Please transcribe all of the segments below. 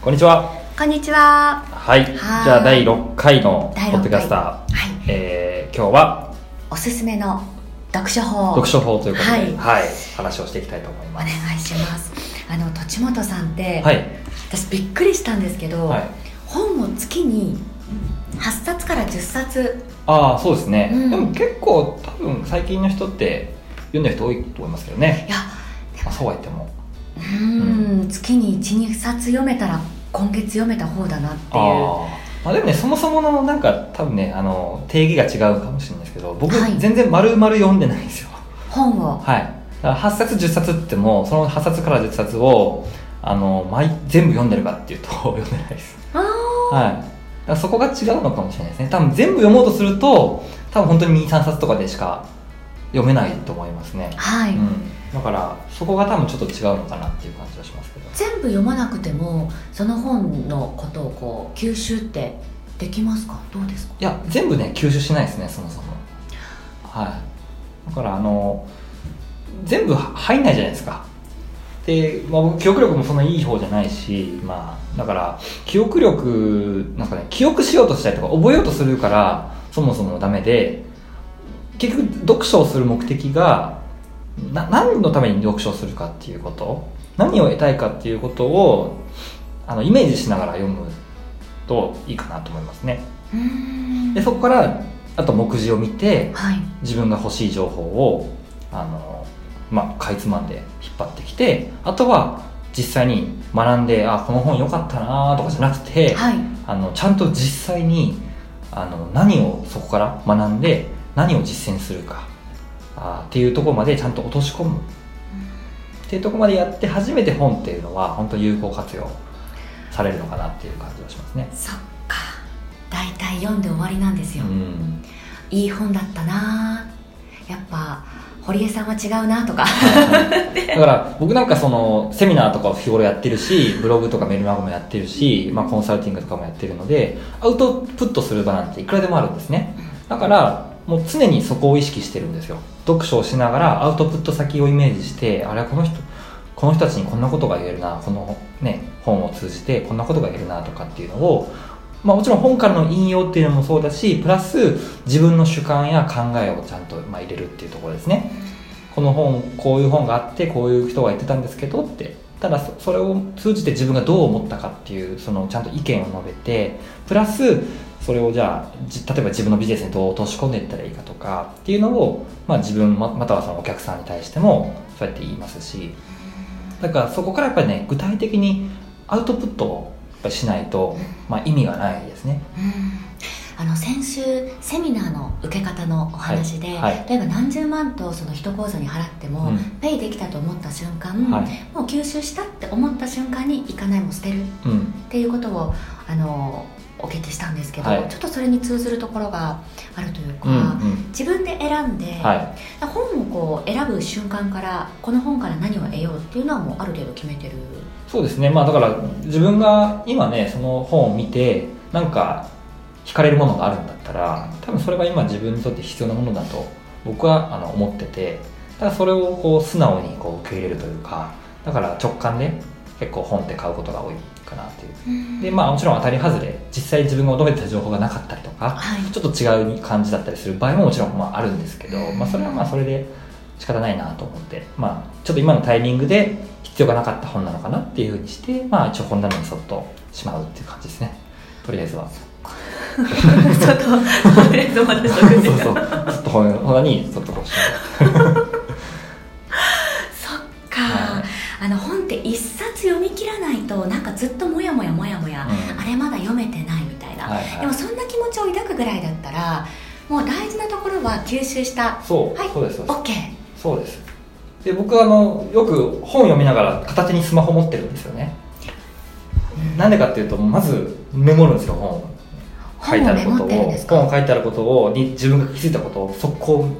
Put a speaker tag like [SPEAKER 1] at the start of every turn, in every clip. [SPEAKER 1] こんにちは。
[SPEAKER 2] こんにちは。
[SPEAKER 1] はい。じ
[SPEAKER 2] はい
[SPEAKER 1] ゃあ第6回のポ
[SPEAKER 2] 第
[SPEAKER 1] ッ
[SPEAKER 2] 六回
[SPEAKER 1] ドキャスター、
[SPEAKER 2] はい。
[SPEAKER 1] えー今日は
[SPEAKER 2] おすすめの読書法。
[SPEAKER 1] 読書法ということで、は、
[SPEAKER 2] はいい
[SPEAKER 1] 話をしていきたいと思い
[SPEAKER 2] お
[SPEAKER 1] ま
[SPEAKER 2] 願
[SPEAKER 1] す。
[SPEAKER 2] いします。あの、とちもとさんって、
[SPEAKER 1] はい。
[SPEAKER 2] 私びっくりしたんですけど、
[SPEAKER 1] はい。
[SPEAKER 2] 本を月に8冊から10冊。
[SPEAKER 1] ああ、そうですね。
[SPEAKER 2] うん
[SPEAKER 1] でも結構多分最近の人って読んでる人多いと思いますけどね。
[SPEAKER 2] いや、
[SPEAKER 1] まあ、そうは言っても。
[SPEAKER 2] うーん、月に1、2冊読めたら、今月読めた方だなっていう。
[SPEAKER 1] ああ。まあでもね、そもそものなんか多分ね、あの、定義が違うかもしれないですけど、僕
[SPEAKER 2] はい
[SPEAKER 1] 全然丸々読んでないんです よ。
[SPEAKER 2] 本を。
[SPEAKER 1] はい。だから8冊10冊ってもその8冊から10冊をあの毎全部読んでるかっていうと 読んでないです。
[SPEAKER 2] あ
[SPEAKER 1] はい。だからそこが違うのかもしれないですね。多分全部読もうとすると多分本当に2、3冊とかでしか読めないと思いますね
[SPEAKER 2] ー。はい。
[SPEAKER 1] うん。だからそこが多分ちょっと違うのかなっていう感じはしますけど。
[SPEAKER 2] 全部読まなくてもその本のことをこう吸収ってできますかどうですか
[SPEAKER 1] いや全部ね吸収しないですねそもそもはいだからあの全部は入んないじゃないですかで、まあ、僕記憶力もそんないい方じゃないしまあだから記憶力なんかね記憶しようとしたりとか覚えようとするからそもそもダメで結局読書をする目的がな何のために読書をするかっていうこと何を得たいかっていうことをあのイメージしながら読むといいかなと思いますね
[SPEAKER 2] うーん
[SPEAKER 1] でそこからあと目次を見て
[SPEAKER 2] はい
[SPEAKER 1] 自分が欲しい情報をあの、まあ、かいつまんで引っ張ってきてあとは実際に学んであこの本良かったなとかじゃなくて
[SPEAKER 2] はい
[SPEAKER 1] あのちゃんと実際にあの何をそこから学んで何を実践するかあっていうところまでちゃんと落とし込むっていうところまでやって初めて本っていうのは本当有効活用されるのかなっていう感じはしますね。
[SPEAKER 2] そっか大体読んで終わりなんです
[SPEAKER 1] う
[SPEAKER 2] よ、
[SPEAKER 1] ん
[SPEAKER 2] いい本だったなやっぱ堀江さんは違うなとか
[SPEAKER 1] だから僕なんかそのセミナーとかを日頃やってるしブログとかメルマガもやってるし、まあ、コンサルティングとかもやってるのでアウトプットする場なんていくらでもあるんですねだからもう常にそこを意識してるんですよ読書をしながらアウトプット先をイメージしてあれこの人この人たちにこんなことが言えるなこの、ね、本を通じてこんなことが言えるなとかっていうのを、まあ、もちろん本からの引用っていうのもそうだしプラス自分の主観や考えをちゃんと、まあ、入れるっていうところですねこの本こういう本があってこういう人が言ってたんですけどってただそそれを通じて自分がどう思ったかっていうそのちゃんと意見を述べてプラスそれをじゃあじ例えば自分のビジネスにどう落とし込んでいったらいいかとかっていうのを、まあ、自分ままたはそのお客さんに対してもそうやって言いますしだからそこからやっぱりね具体的にアウトプットをやっぱりしないと、まあ、意味がないですね。
[SPEAKER 2] うんあの先週セミナーの受け方のお話で、
[SPEAKER 1] はいは
[SPEAKER 2] 例えば何十万とその一講座に払っても、
[SPEAKER 1] うん
[SPEAKER 2] ペイできたと思った瞬間、
[SPEAKER 1] はい
[SPEAKER 2] もう吸収したって思った瞬間に行かないも捨てる
[SPEAKER 1] うん
[SPEAKER 2] っていうことをあのお聞きしたんですけど、
[SPEAKER 1] はい
[SPEAKER 2] ちょっとそれに通ずるところがあるというか、
[SPEAKER 1] うんうん
[SPEAKER 2] 自分で選んで、
[SPEAKER 1] はい、
[SPEAKER 2] 本をこう選ぶ瞬間からこの本から何を得ようっていうのはもうある程度決めてる
[SPEAKER 1] そうですねまあだから自分が今ねその本を見てなんか惹かれるものがあるんだったら多分それが今自分にとって必要なものだと僕はあの思っててただそれをこう素直にこう受け入れるというかだから直感で結構本って買うことが多いかなっていうでまあもちろん当たり外れ実際自分が求めてた情報がなかったりとか
[SPEAKER 2] はい
[SPEAKER 1] ちょっと違う感じだったりする場合ももちろんまああるんですけど、まあ、それはまあそれで仕方ないなと思って、まあ、ちょっと今のタイミングで必要がなかった本なのかなっていうふうにして、まあ、一応本棚にそっとしまうっていう感じですねとりあえずは
[SPEAKER 2] ちょっととりあえずお話し
[SPEAKER 1] そう
[SPEAKER 2] とくん で
[SPEAKER 1] そう
[SPEAKER 2] す
[SPEAKER 1] ちょ
[SPEAKER 2] よ
[SPEAKER 1] っと本棚にそっとこうし
[SPEAKER 2] そっか、
[SPEAKER 1] はい
[SPEAKER 2] あの本って一冊読み切らないとなんかずっとモヤモヤモヤモヤ、
[SPEAKER 1] うん
[SPEAKER 2] あれまだ読めてないみたいな、
[SPEAKER 1] はいはい
[SPEAKER 2] でもそんな気持ちを抱くぐらいだったらもう大事なところは吸収した
[SPEAKER 1] そう、
[SPEAKER 2] はい
[SPEAKER 1] そうですそうです
[SPEAKER 2] OK
[SPEAKER 1] そうですで僕はあのよく本読みながら片手にスマホ持ってるんですよねなんでかっていうとまずメモるんですよ本を書いてあること
[SPEAKER 2] 本をメモってるん
[SPEAKER 1] を
[SPEAKER 2] ですか
[SPEAKER 1] 本を書いてあることをに自分が気づいたことを速攻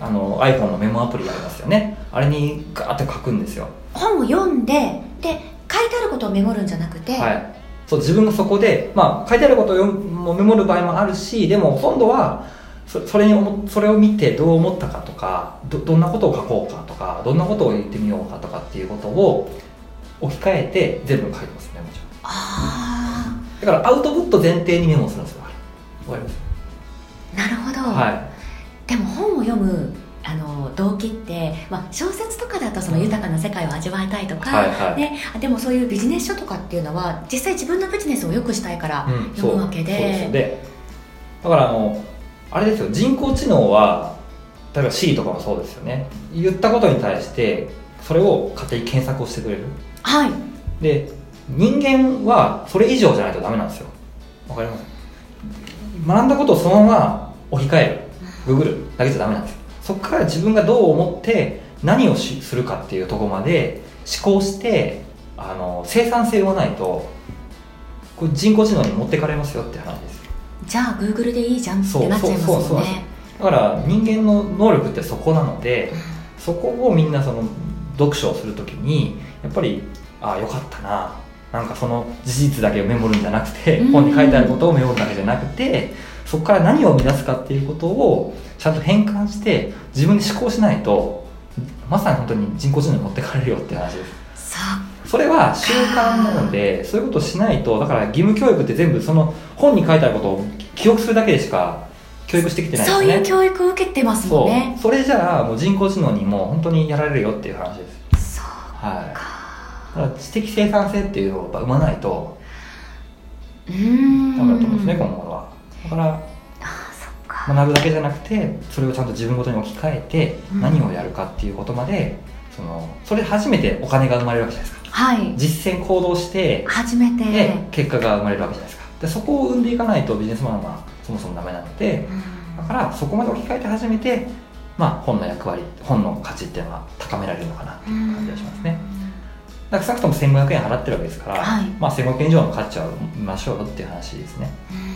[SPEAKER 1] あの iPhone のメモアプリがありますよねあれにガーって書くんですよ
[SPEAKER 2] 本を読んでで書いてあることをメモるんじゃなくて、
[SPEAKER 1] はいそう自分がそこで、まあ、書いてあることを読むもうメモる場合もあるしでも今度はそそれに思それを見てどう思ったかとかどどんなことを書こうかとかどんなことを言ってみようかとかっていうことを置き換えて全部書いてますねもちろん
[SPEAKER 2] あ
[SPEAKER 1] だからアウトプット前提にメモするんですよわかります
[SPEAKER 2] あなるほど、
[SPEAKER 1] は
[SPEAKER 2] でも本を読むあの動機って、まあ、小説とかだとその豊かな世界を味わいたいとか、
[SPEAKER 1] はいはい
[SPEAKER 2] ね、あでもそういうビジネス書とかっていうのは実際自分のビジネスを良くしたいから
[SPEAKER 1] い、うん、
[SPEAKER 2] 読むわけで、
[SPEAKER 1] そうですよでだからあのあれですよ人工知能は例えば C とかもそうですよね言ったことに対してそれを勝手に検索をしてくれる
[SPEAKER 2] はい
[SPEAKER 1] で人間はそれ以上じゃないとダメなんですよわかります学んだことをそのまま置き換えるググるだけじゃダメなんですよそこから自分がどう思って何をしするかっていうところまで思考してあの生産性がないとこれ人工知能に持ってかれますよって話です
[SPEAKER 2] じゃあ Google でいいじゃんっ
[SPEAKER 1] そう
[SPEAKER 2] てなっちゃいます
[SPEAKER 1] そうそうそう
[SPEAKER 2] も
[SPEAKER 1] なん
[SPEAKER 2] ん
[SPEAKER 1] で
[SPEAKER 2] ね
[SPEAKER 1] だから人間の能力ってそこなのでそこをみんなその読書をするときにやっぱりああよかったななんかその事実だけをメモるんじゃなくて
[SPEAKER 2] うん
[SPEAKER 1] 本に書いてあることをメモるだけじゃなくてそこから何を生み出すかっていうことをちゃんと変換して自分で思考しないとまさに本当に人工知能に持ってかれるよって話です
[SPEAKER 2] そ
[SPEAKER 1] それは習慣なのでそういうことをしないとだから義務教育って全部その本に書いてあることを記憶するだけでしか教育してきて
[SPEAKER 2] う
[SPEAKER 1] ないです
[SPEAKER 2] そ
[SPEAKER 1] ね
[SPEAKER 2] ういう教育を受けてますもんね
[SPEAKER 1] そうそれじゃあもう人工知能にもう本当にやられるよっていう話です
[SPEAKER 2] そう
[SPEAKER 1] はいだ
[SPEAKER 2] か
[SPEAKER 1] から知的生産性っていうのをやっぱ生まないと
[SPEAKER 2] う
[SPEAKER 1] ダ
[SPEAKER 2] ーん
[SPEAKER 1] メだと思うんですね今後はだから
[SPEAKER 2] ああそっか
[SPEAKER 1] 学ぶだけじゃなくてそれをちゃんと自分ごとに置き換えて
[SPEAKER 2] うん
[SPEAKER 1] 何をやるかっていうことまでそのそれで初めてお金が生まれるわけじゃないですか
[SPEAKER 2] はい
[SPEAKER 1] 実践行動して
[SPEAKER 2] 初め
[SPEAKER 1] で
[SPEAKER 2] て
[SPEAKER 1] 結果が生まれるわけじゃないですかでそこを生んでいかないとビジネスマンはそもそもダメなので
[SPEAKER 2] うん
[SPEAKER 1] だからそこまで置き換えて初めて、まあ、本の役割本の価値っていうのは高められるのかなっていう感じがしますね、だから少なくとも1500円払ってるわけですから、
[SPEAKER 2] はい
[SPEAKER 1] まあ、1500円以上の価値は見ましょうよっていう話ですね、
[SPEAKER 2] うん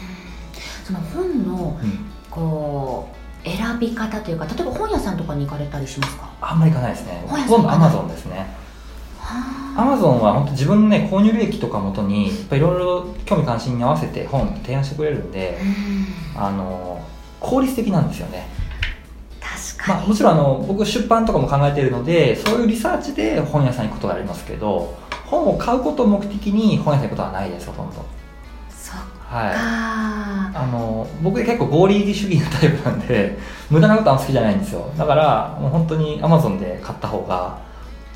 [SPEAKER 2] その本の
[SPEAKER 1] うん
[SPEAKER 2] こう選び方というか例えば本屋さんとかに行かれたりしますか
[SPEAKER 1] あんまりいかないですね
[SPEAKER 2] 本屋さ
[SPEAKER 1] ほ
[SPEAKER 2] ん
[SPEAKER 1] とんどアマゾンですねアマゾンは本当自分のね購入利益とかもとにやっぱいろいろ興味関心に合わせて本提案してくれるんで
[SPEAKER 2] うん
[SPEAKER 1] あの効率的なんですよね、
[SPEAKER 2] 確か
[SPEAKER 1] まあ、
[SPEAKER 2] に、
[SPEAKER 1] もちろんあの僕出版とかも考えているのでそういうリサーチで本屋さんに行くことがありますけど本を買うことを目的に本屋さんに行くことはないですほとんど
[SPEAKER 2] そっ
[SPEAKER 1] はい
[SPEAKER 2] か
[SPEAKER 1] あの僕結構合理主義なタイプなんで 無駄なことあんま好きじゃないんですよだからもう本当にアマゾンで買った方が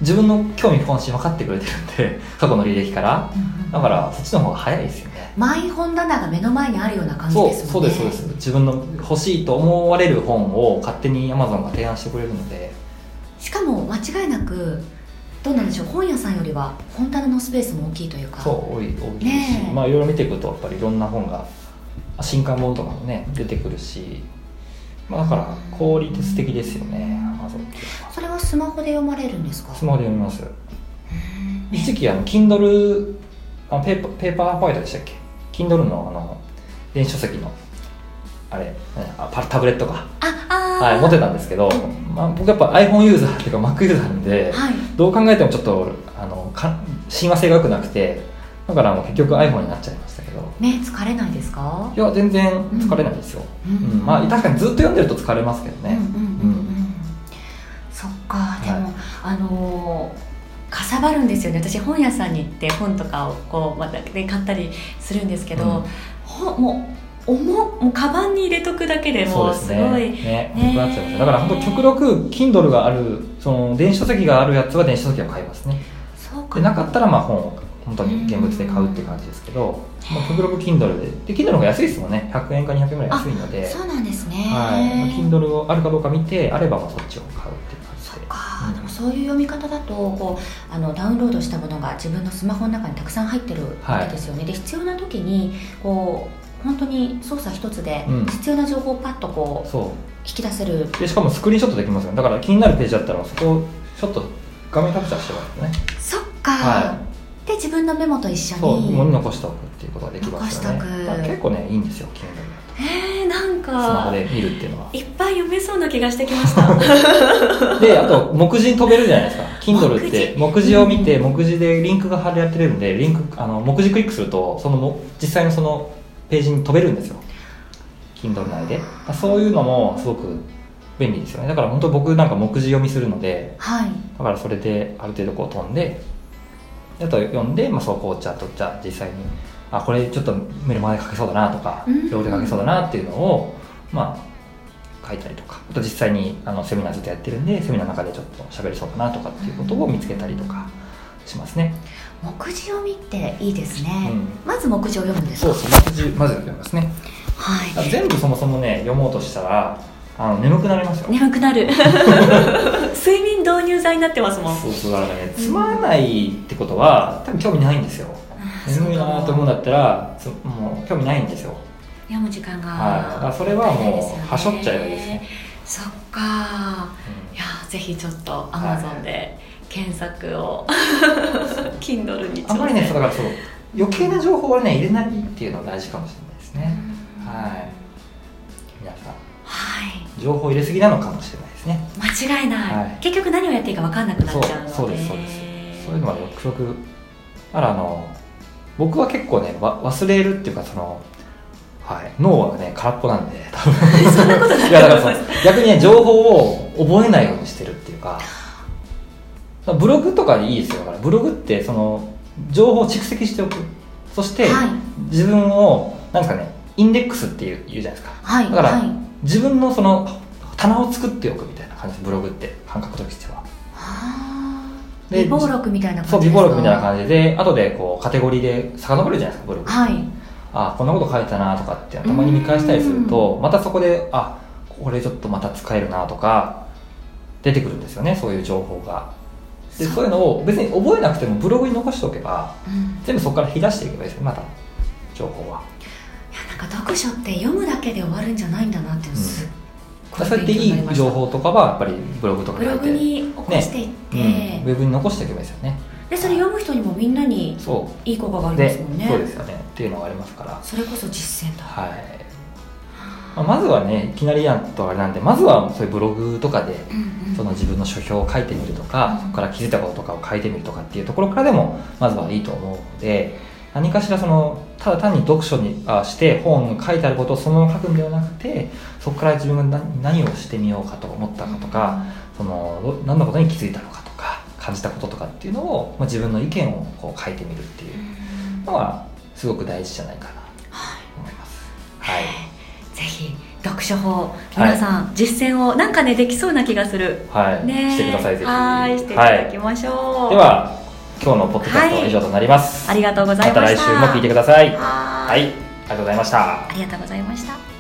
[SPEAKER 1] 自分の興味本心分かってくれてるんで 過去の履歴からだからそっちの方が早いですよね
[SPEAKER 2] マイ本棚が目の前にあるような感じ
[SPEAKER 1] そう
[SPEAKER 2] です
[SPEAKER 1] そ
[SPEAKER 2] も
[SPEAKER 1] うんで
[SPEAKER 2] ね
[SPEAKER 1] すそうです自分の欲しいと思われる本を勝手にアマゾンが提案してくれるので
[SPEAKER 2] しかも間違いなくどうなんでしょう本屋さんよりは本棚のスペースも大きいというか
[SPEAKER 1] そう多い多いし、
[SPEAKER 2] ねえ
[SPEAKER 1] まあいろいろ見ていくとやっぱりいろんな本が新刊本とかもね出てくるし、まあ、だから効率的ですよねアマゾンっていうのは
[SPEAKER 2] それはスマホで読まれるんですか
[SPEAKER 1] スマホで読みます
[SPEAKER 2] うん
[SPEAKER 1] 一時期あの Kindle あペーパーペーパーホワイトでしたっけ Kindle のあの電子書籍のあれあパタブレットか、
[SPEAKER 2] ああー
[SPEAKER 1] はい、持ってたんですけど、まあ、僕やっぱ iPhone ユーザーっていうか Mac ユーザーなんで
[SPEAKER 2] はい
[SPEAKER 1] どう考えてもちょっとあのか親和性が良くなくてだからもう結局 iPhone になっちゃいましたけど
[SPEAKER 2] 目疲れないですか
[SPEAKER 1] いや全然疲れないですよ、
[SPEAKER 2] う
[SPEAKER 1] うんまあ確かにずっと読んでると疲れますけどね、
[SPEAKER 2] うんうんうんうんそっかでも、あのーかさばるんですよね私本屋さんに行って本とかをこうまたで買ったりするんですけど、
[SPEAKER 1] うん
[SPEAKER 2] ほもう重っもうカバンに入れとくだけで
[SPEAKER 1] そ
[SPEAKER 2] も
[SPEAKER 1] う
[SPEAKER 2] う
[SPEAKER 1] です
[SPEAKER 2] す
[SPEAKER 1] ね
[SPEAKER 2] ごい
[SPEAKER 1] ね
[SPEAKER 2] ね
[SPEAKER 1] なくなっちゃいますよだから本当極力 Kindle があるその電子書籍があるやつは電子書籍を買いますね
[SPEAKER 2] そう
[SPEAKER 1] で
[SPEAKER 2] か
[SPEAKER 1] なかったらまあ本を本当に現物で買うって感じですけど、まあ、極力 Kindle でで Kindle の方が安いですもんね100円か200円ぐらい安いので
[SPEAKER 2] そうなんですね、
[SPEAKER 1] はいまあ Kindle をあるかどうか見てあればまあそっちを買うっていう感じ
[SPEAKER 2] そっ
[SPEAKER 1] で
[SPEAKER 2] か、
[SPEAKER 1] うん
[SPEAKER 2] でもそういう読み方だとこうあのダウンロードしたものが自分のスマホの中にたくさん入ってる
[SPEAKER 1] はい
[SPEAKER 2] わけですよね、で必要な時にこう本当に操作一つで
[SPEAKER 1] うん
[SPEAKER 2] 必要な情報をパッとこう
[SPEAKER 1] そ
[SPEAKER 2] 引き出せる、
[SPEAKER 1] うでしかもスクリーンショットできますよねだから気になるページだったらそこをちょっと画面キャプチャーしてもらってね
[SPEAKER 2] そっか、
[SPEAKER 1] は
[SPEAKER 2] で自分のメモと一緒
[SPEAKER 1] そう
[SPEAKER 2] に
[SPEAKER 1] 物に残しておくっていうことができますよね
[SPEAKER 2] 残しておく
[SPEAKER 1] だから結構ねいいんですよ Kindle だ
[SPEAKER 2] えー、なん
[SPEAKER 1] とスマホ
[SPEAKER 2] か
[SPEAKER 1] で見るっていうのはい
[SPEAKER 2] っぱい読めそうな気がして きました
[SPEAKER 1] であと目次に飛べるじゃないですか Kindle って目次を見て
[SPEAKER 2] う
[SPEAKER 1] 目次でリンクが貼り合ってるんでリンクあの目次クリックするとそのも実際のそのページに飛べるんですよ Kindle 内でまあそういうのもすごく便利ですよねだから本当僕なんか目次読みするので
[SPEAKER 2] はい
[SPEAKER 1] だからそれである程度こう飛んであと読んで、まあ、そう紅茶とじゃあ実際にあこれちょっと目の前でかけそうだなとか
[SPEAKER 2] うん
[SPEAKER 1] 料理かけそうだなっていうのを、まあ、書いたりとかあと実際にあのセミナーずっとやってるんでセミナーの中でちょっと喋りそうだなとかっていうことを見つけたりとかしますね。
[SPEAKER 2] 目次を見ていいですね、
[SPEAKER 1] う
[SPEAKER 2] まず目次を読むんです
[SPEAKER 1] そう
[SPEAKER 2] か
[SPEAKER 1] ですねまずまず読みますねあ
[SPEAKER 2] はい
[SPEAKER 1] 全部そもそもね読もうとしたらあの眠くなりますよ、
[SPEAKER 2] 眠く なる睡眠導入剤になってますもん
[SPEAKER 1] そうそうだからねつまらないってことは多分興味ないんですよ眠いなと思うんだったらつもう興味ないんですよ
[SPEAKER 2] 読む時間が、
[SPEAKER 1] はい、だからそれは
[SPEAKER 2] ないです
[SPEAKER 1] も
[SPEAKER 2] よ
[SPEAKER 1] う
[SPEAKER 2] ね
[SPEAKER 1] はしょっちゃえばいいですね、
[SPEAKER 2] そっかいやーぜひちょっとアマゾンで検 索を Kindle に
[SPEAKER 1] うん
[SPEAKER 2] ち
[SPEAKER 1] あ
[SPEAKER 2] ょっ
[SPEAKER 1] んまりねそうだからそう余計な情報はね入れないっていうのが大事かもしれないですね、はい皆さん
[SPEAKER 2] はい
[SPEAKER 1] 情報入れすぎなのかもしれないですね
[SPEAKER 2] 間違いない、
[SPEAKER 1] はい
[SPEAKER 2] 結局何をやっていいか分かんなくなっちゃうので
[SPEAKER 1] そうそうですそうですそういうのはよくよくあらあの僕は結構ねわ忘れるっていうかその、はい、脳はね空っぽなんで多分
[SPEAKER 2] そんなことない
[SPEAKER 1] いやだからその逆にね情報を覚えないようにしてるっていうかブログとかでいいですよだからブログってその情報を蓄積しておくそして、
[SPEAKER 2] はい
[SPEAKER 1] 自分をなんですかねインデックスっていう言うじゃないですか
[SPEAKER 2] はい
[SPEAKER 1] だから
[SPEAKER 2] はい
[SPEAKER 1] 自分のその棚を作っておくみたいな感じですブログって感覚としては
[SPEAKER 2] あー
[SPEAKER 1] で
[SPEAKER 2] 微暴録みたいな
[SPEAKER 1] そ
[SPEAKER 2] 感
[SPEAKER 1] う、
[SPEAKER 2] じ
[SPEAKER 1] 微
[SPEAKER 2] です
[SPEAKER 1] 暴
[SPEAKER 2] か
[SPEAKER 1] 録みたいな感じで、後でこう、カテゴリーで遡るじゃないですか、ブログ。
[SPEAKER 2] はい
[SPEAKER 1] あ、こんなこと書いたなとかって、たまに見返したりすると、またそこで、あ、これちょっとまた使えるなとか、出てくるんですよね、そういう情報が。で、
[SPEAKER 2] そう
[SPEAKER 1] そういうのを別に覚えなくてもブログに残しておけば、
[SPEAKER 2] うん
[SPEAKER 1] 全部そこから引き出していけばいいですよ、また、情報は。
[SPEAKER 2] いやなんか読書って読むだけで終わるんじゃないんだなっていうのすっ
[SPEAKER 1] だ
[SPEAKER 2] ご
[SPEAKER 1] から
[SPEAKER 2] い
[SPEAKER 1] そうやってい
[SPEAKER 2] 勉強になり
[SPEAKER 1] い
[SPEAKER 2] ました
[SPEAKER 1] 情報とかは、やっぱりブログとか
[SPEAKER 2] ブ
[SPEAKER 1] に書
[SPEAKER 2] ロ
[SPEAKER 1] い
[SPEAKER 2] グ
[SPEAKER 1] て、
[SPEAKER 2] に起こしていって、
[SPEAKER 1] うん、ウェブに残していけばいいですよね。
[SPEAKER 2] でそれ読む人にもみんなに
[SPEAKER 1] そ
[SPEAKER 2] いい効果があ
[SPEAKER 1] う。
[SPEAKER 2] り
[SPEAKER 1] で、
[SPEAKER 2] ますもんね
[SPEAKER 1] そうですよね。っていうのがありますから。
[SPEAKER 2] それこそ実践だ
[SPEAKER 1] はい、まあまずはねいきなりやんとあれなんでまずはそういうブログとかで
[SPEAKER 2] うんうん
[SPEAKER 1] その自分の書評を書いてみるとかそこから気づいたこととかを書いてみるとかっていうところからでもまずはいいと思うので何かしらそのただ単に読書にあして本書いてあることをそのまま書くんではなくてそこから自分が何何をしてみようかと思ったかとかそのど何のことに気づいたのかとか感じたこととかっていうのを、まあ、自分の意見をこう書いてみるっていう
[SPEAKER 2] うん
[SPEAKER 1] のはすごく大事じゃないかなと思います。はい
[SPEAKER 2] ぜひ読書法皆さん、実践をなんかねできそうな気がする
[SPEAKER 1] はい、
[SPEAKER 2] ね
[SPEAKER 1] してくださいぜひ
[SPEAKER 2] はいしてい
[SPEAKER 1] は
[SPEAKER 2] ただ
[SPEAKER 1] い
[SPEAKER 2] きましょう、
[SPEAKER 1] では今日のポッドキャストは以上となります、
[SPEAKER 2] ありがとうございま
[SPEAKER 1] ま
[SPEAKER 2] した
[SPEAKER 1] た来週も聞いてください
[SPEAKER 2] は
[SPEAKER 1] はいいありがとうございました
[SPEAKER 2] ありがとうございました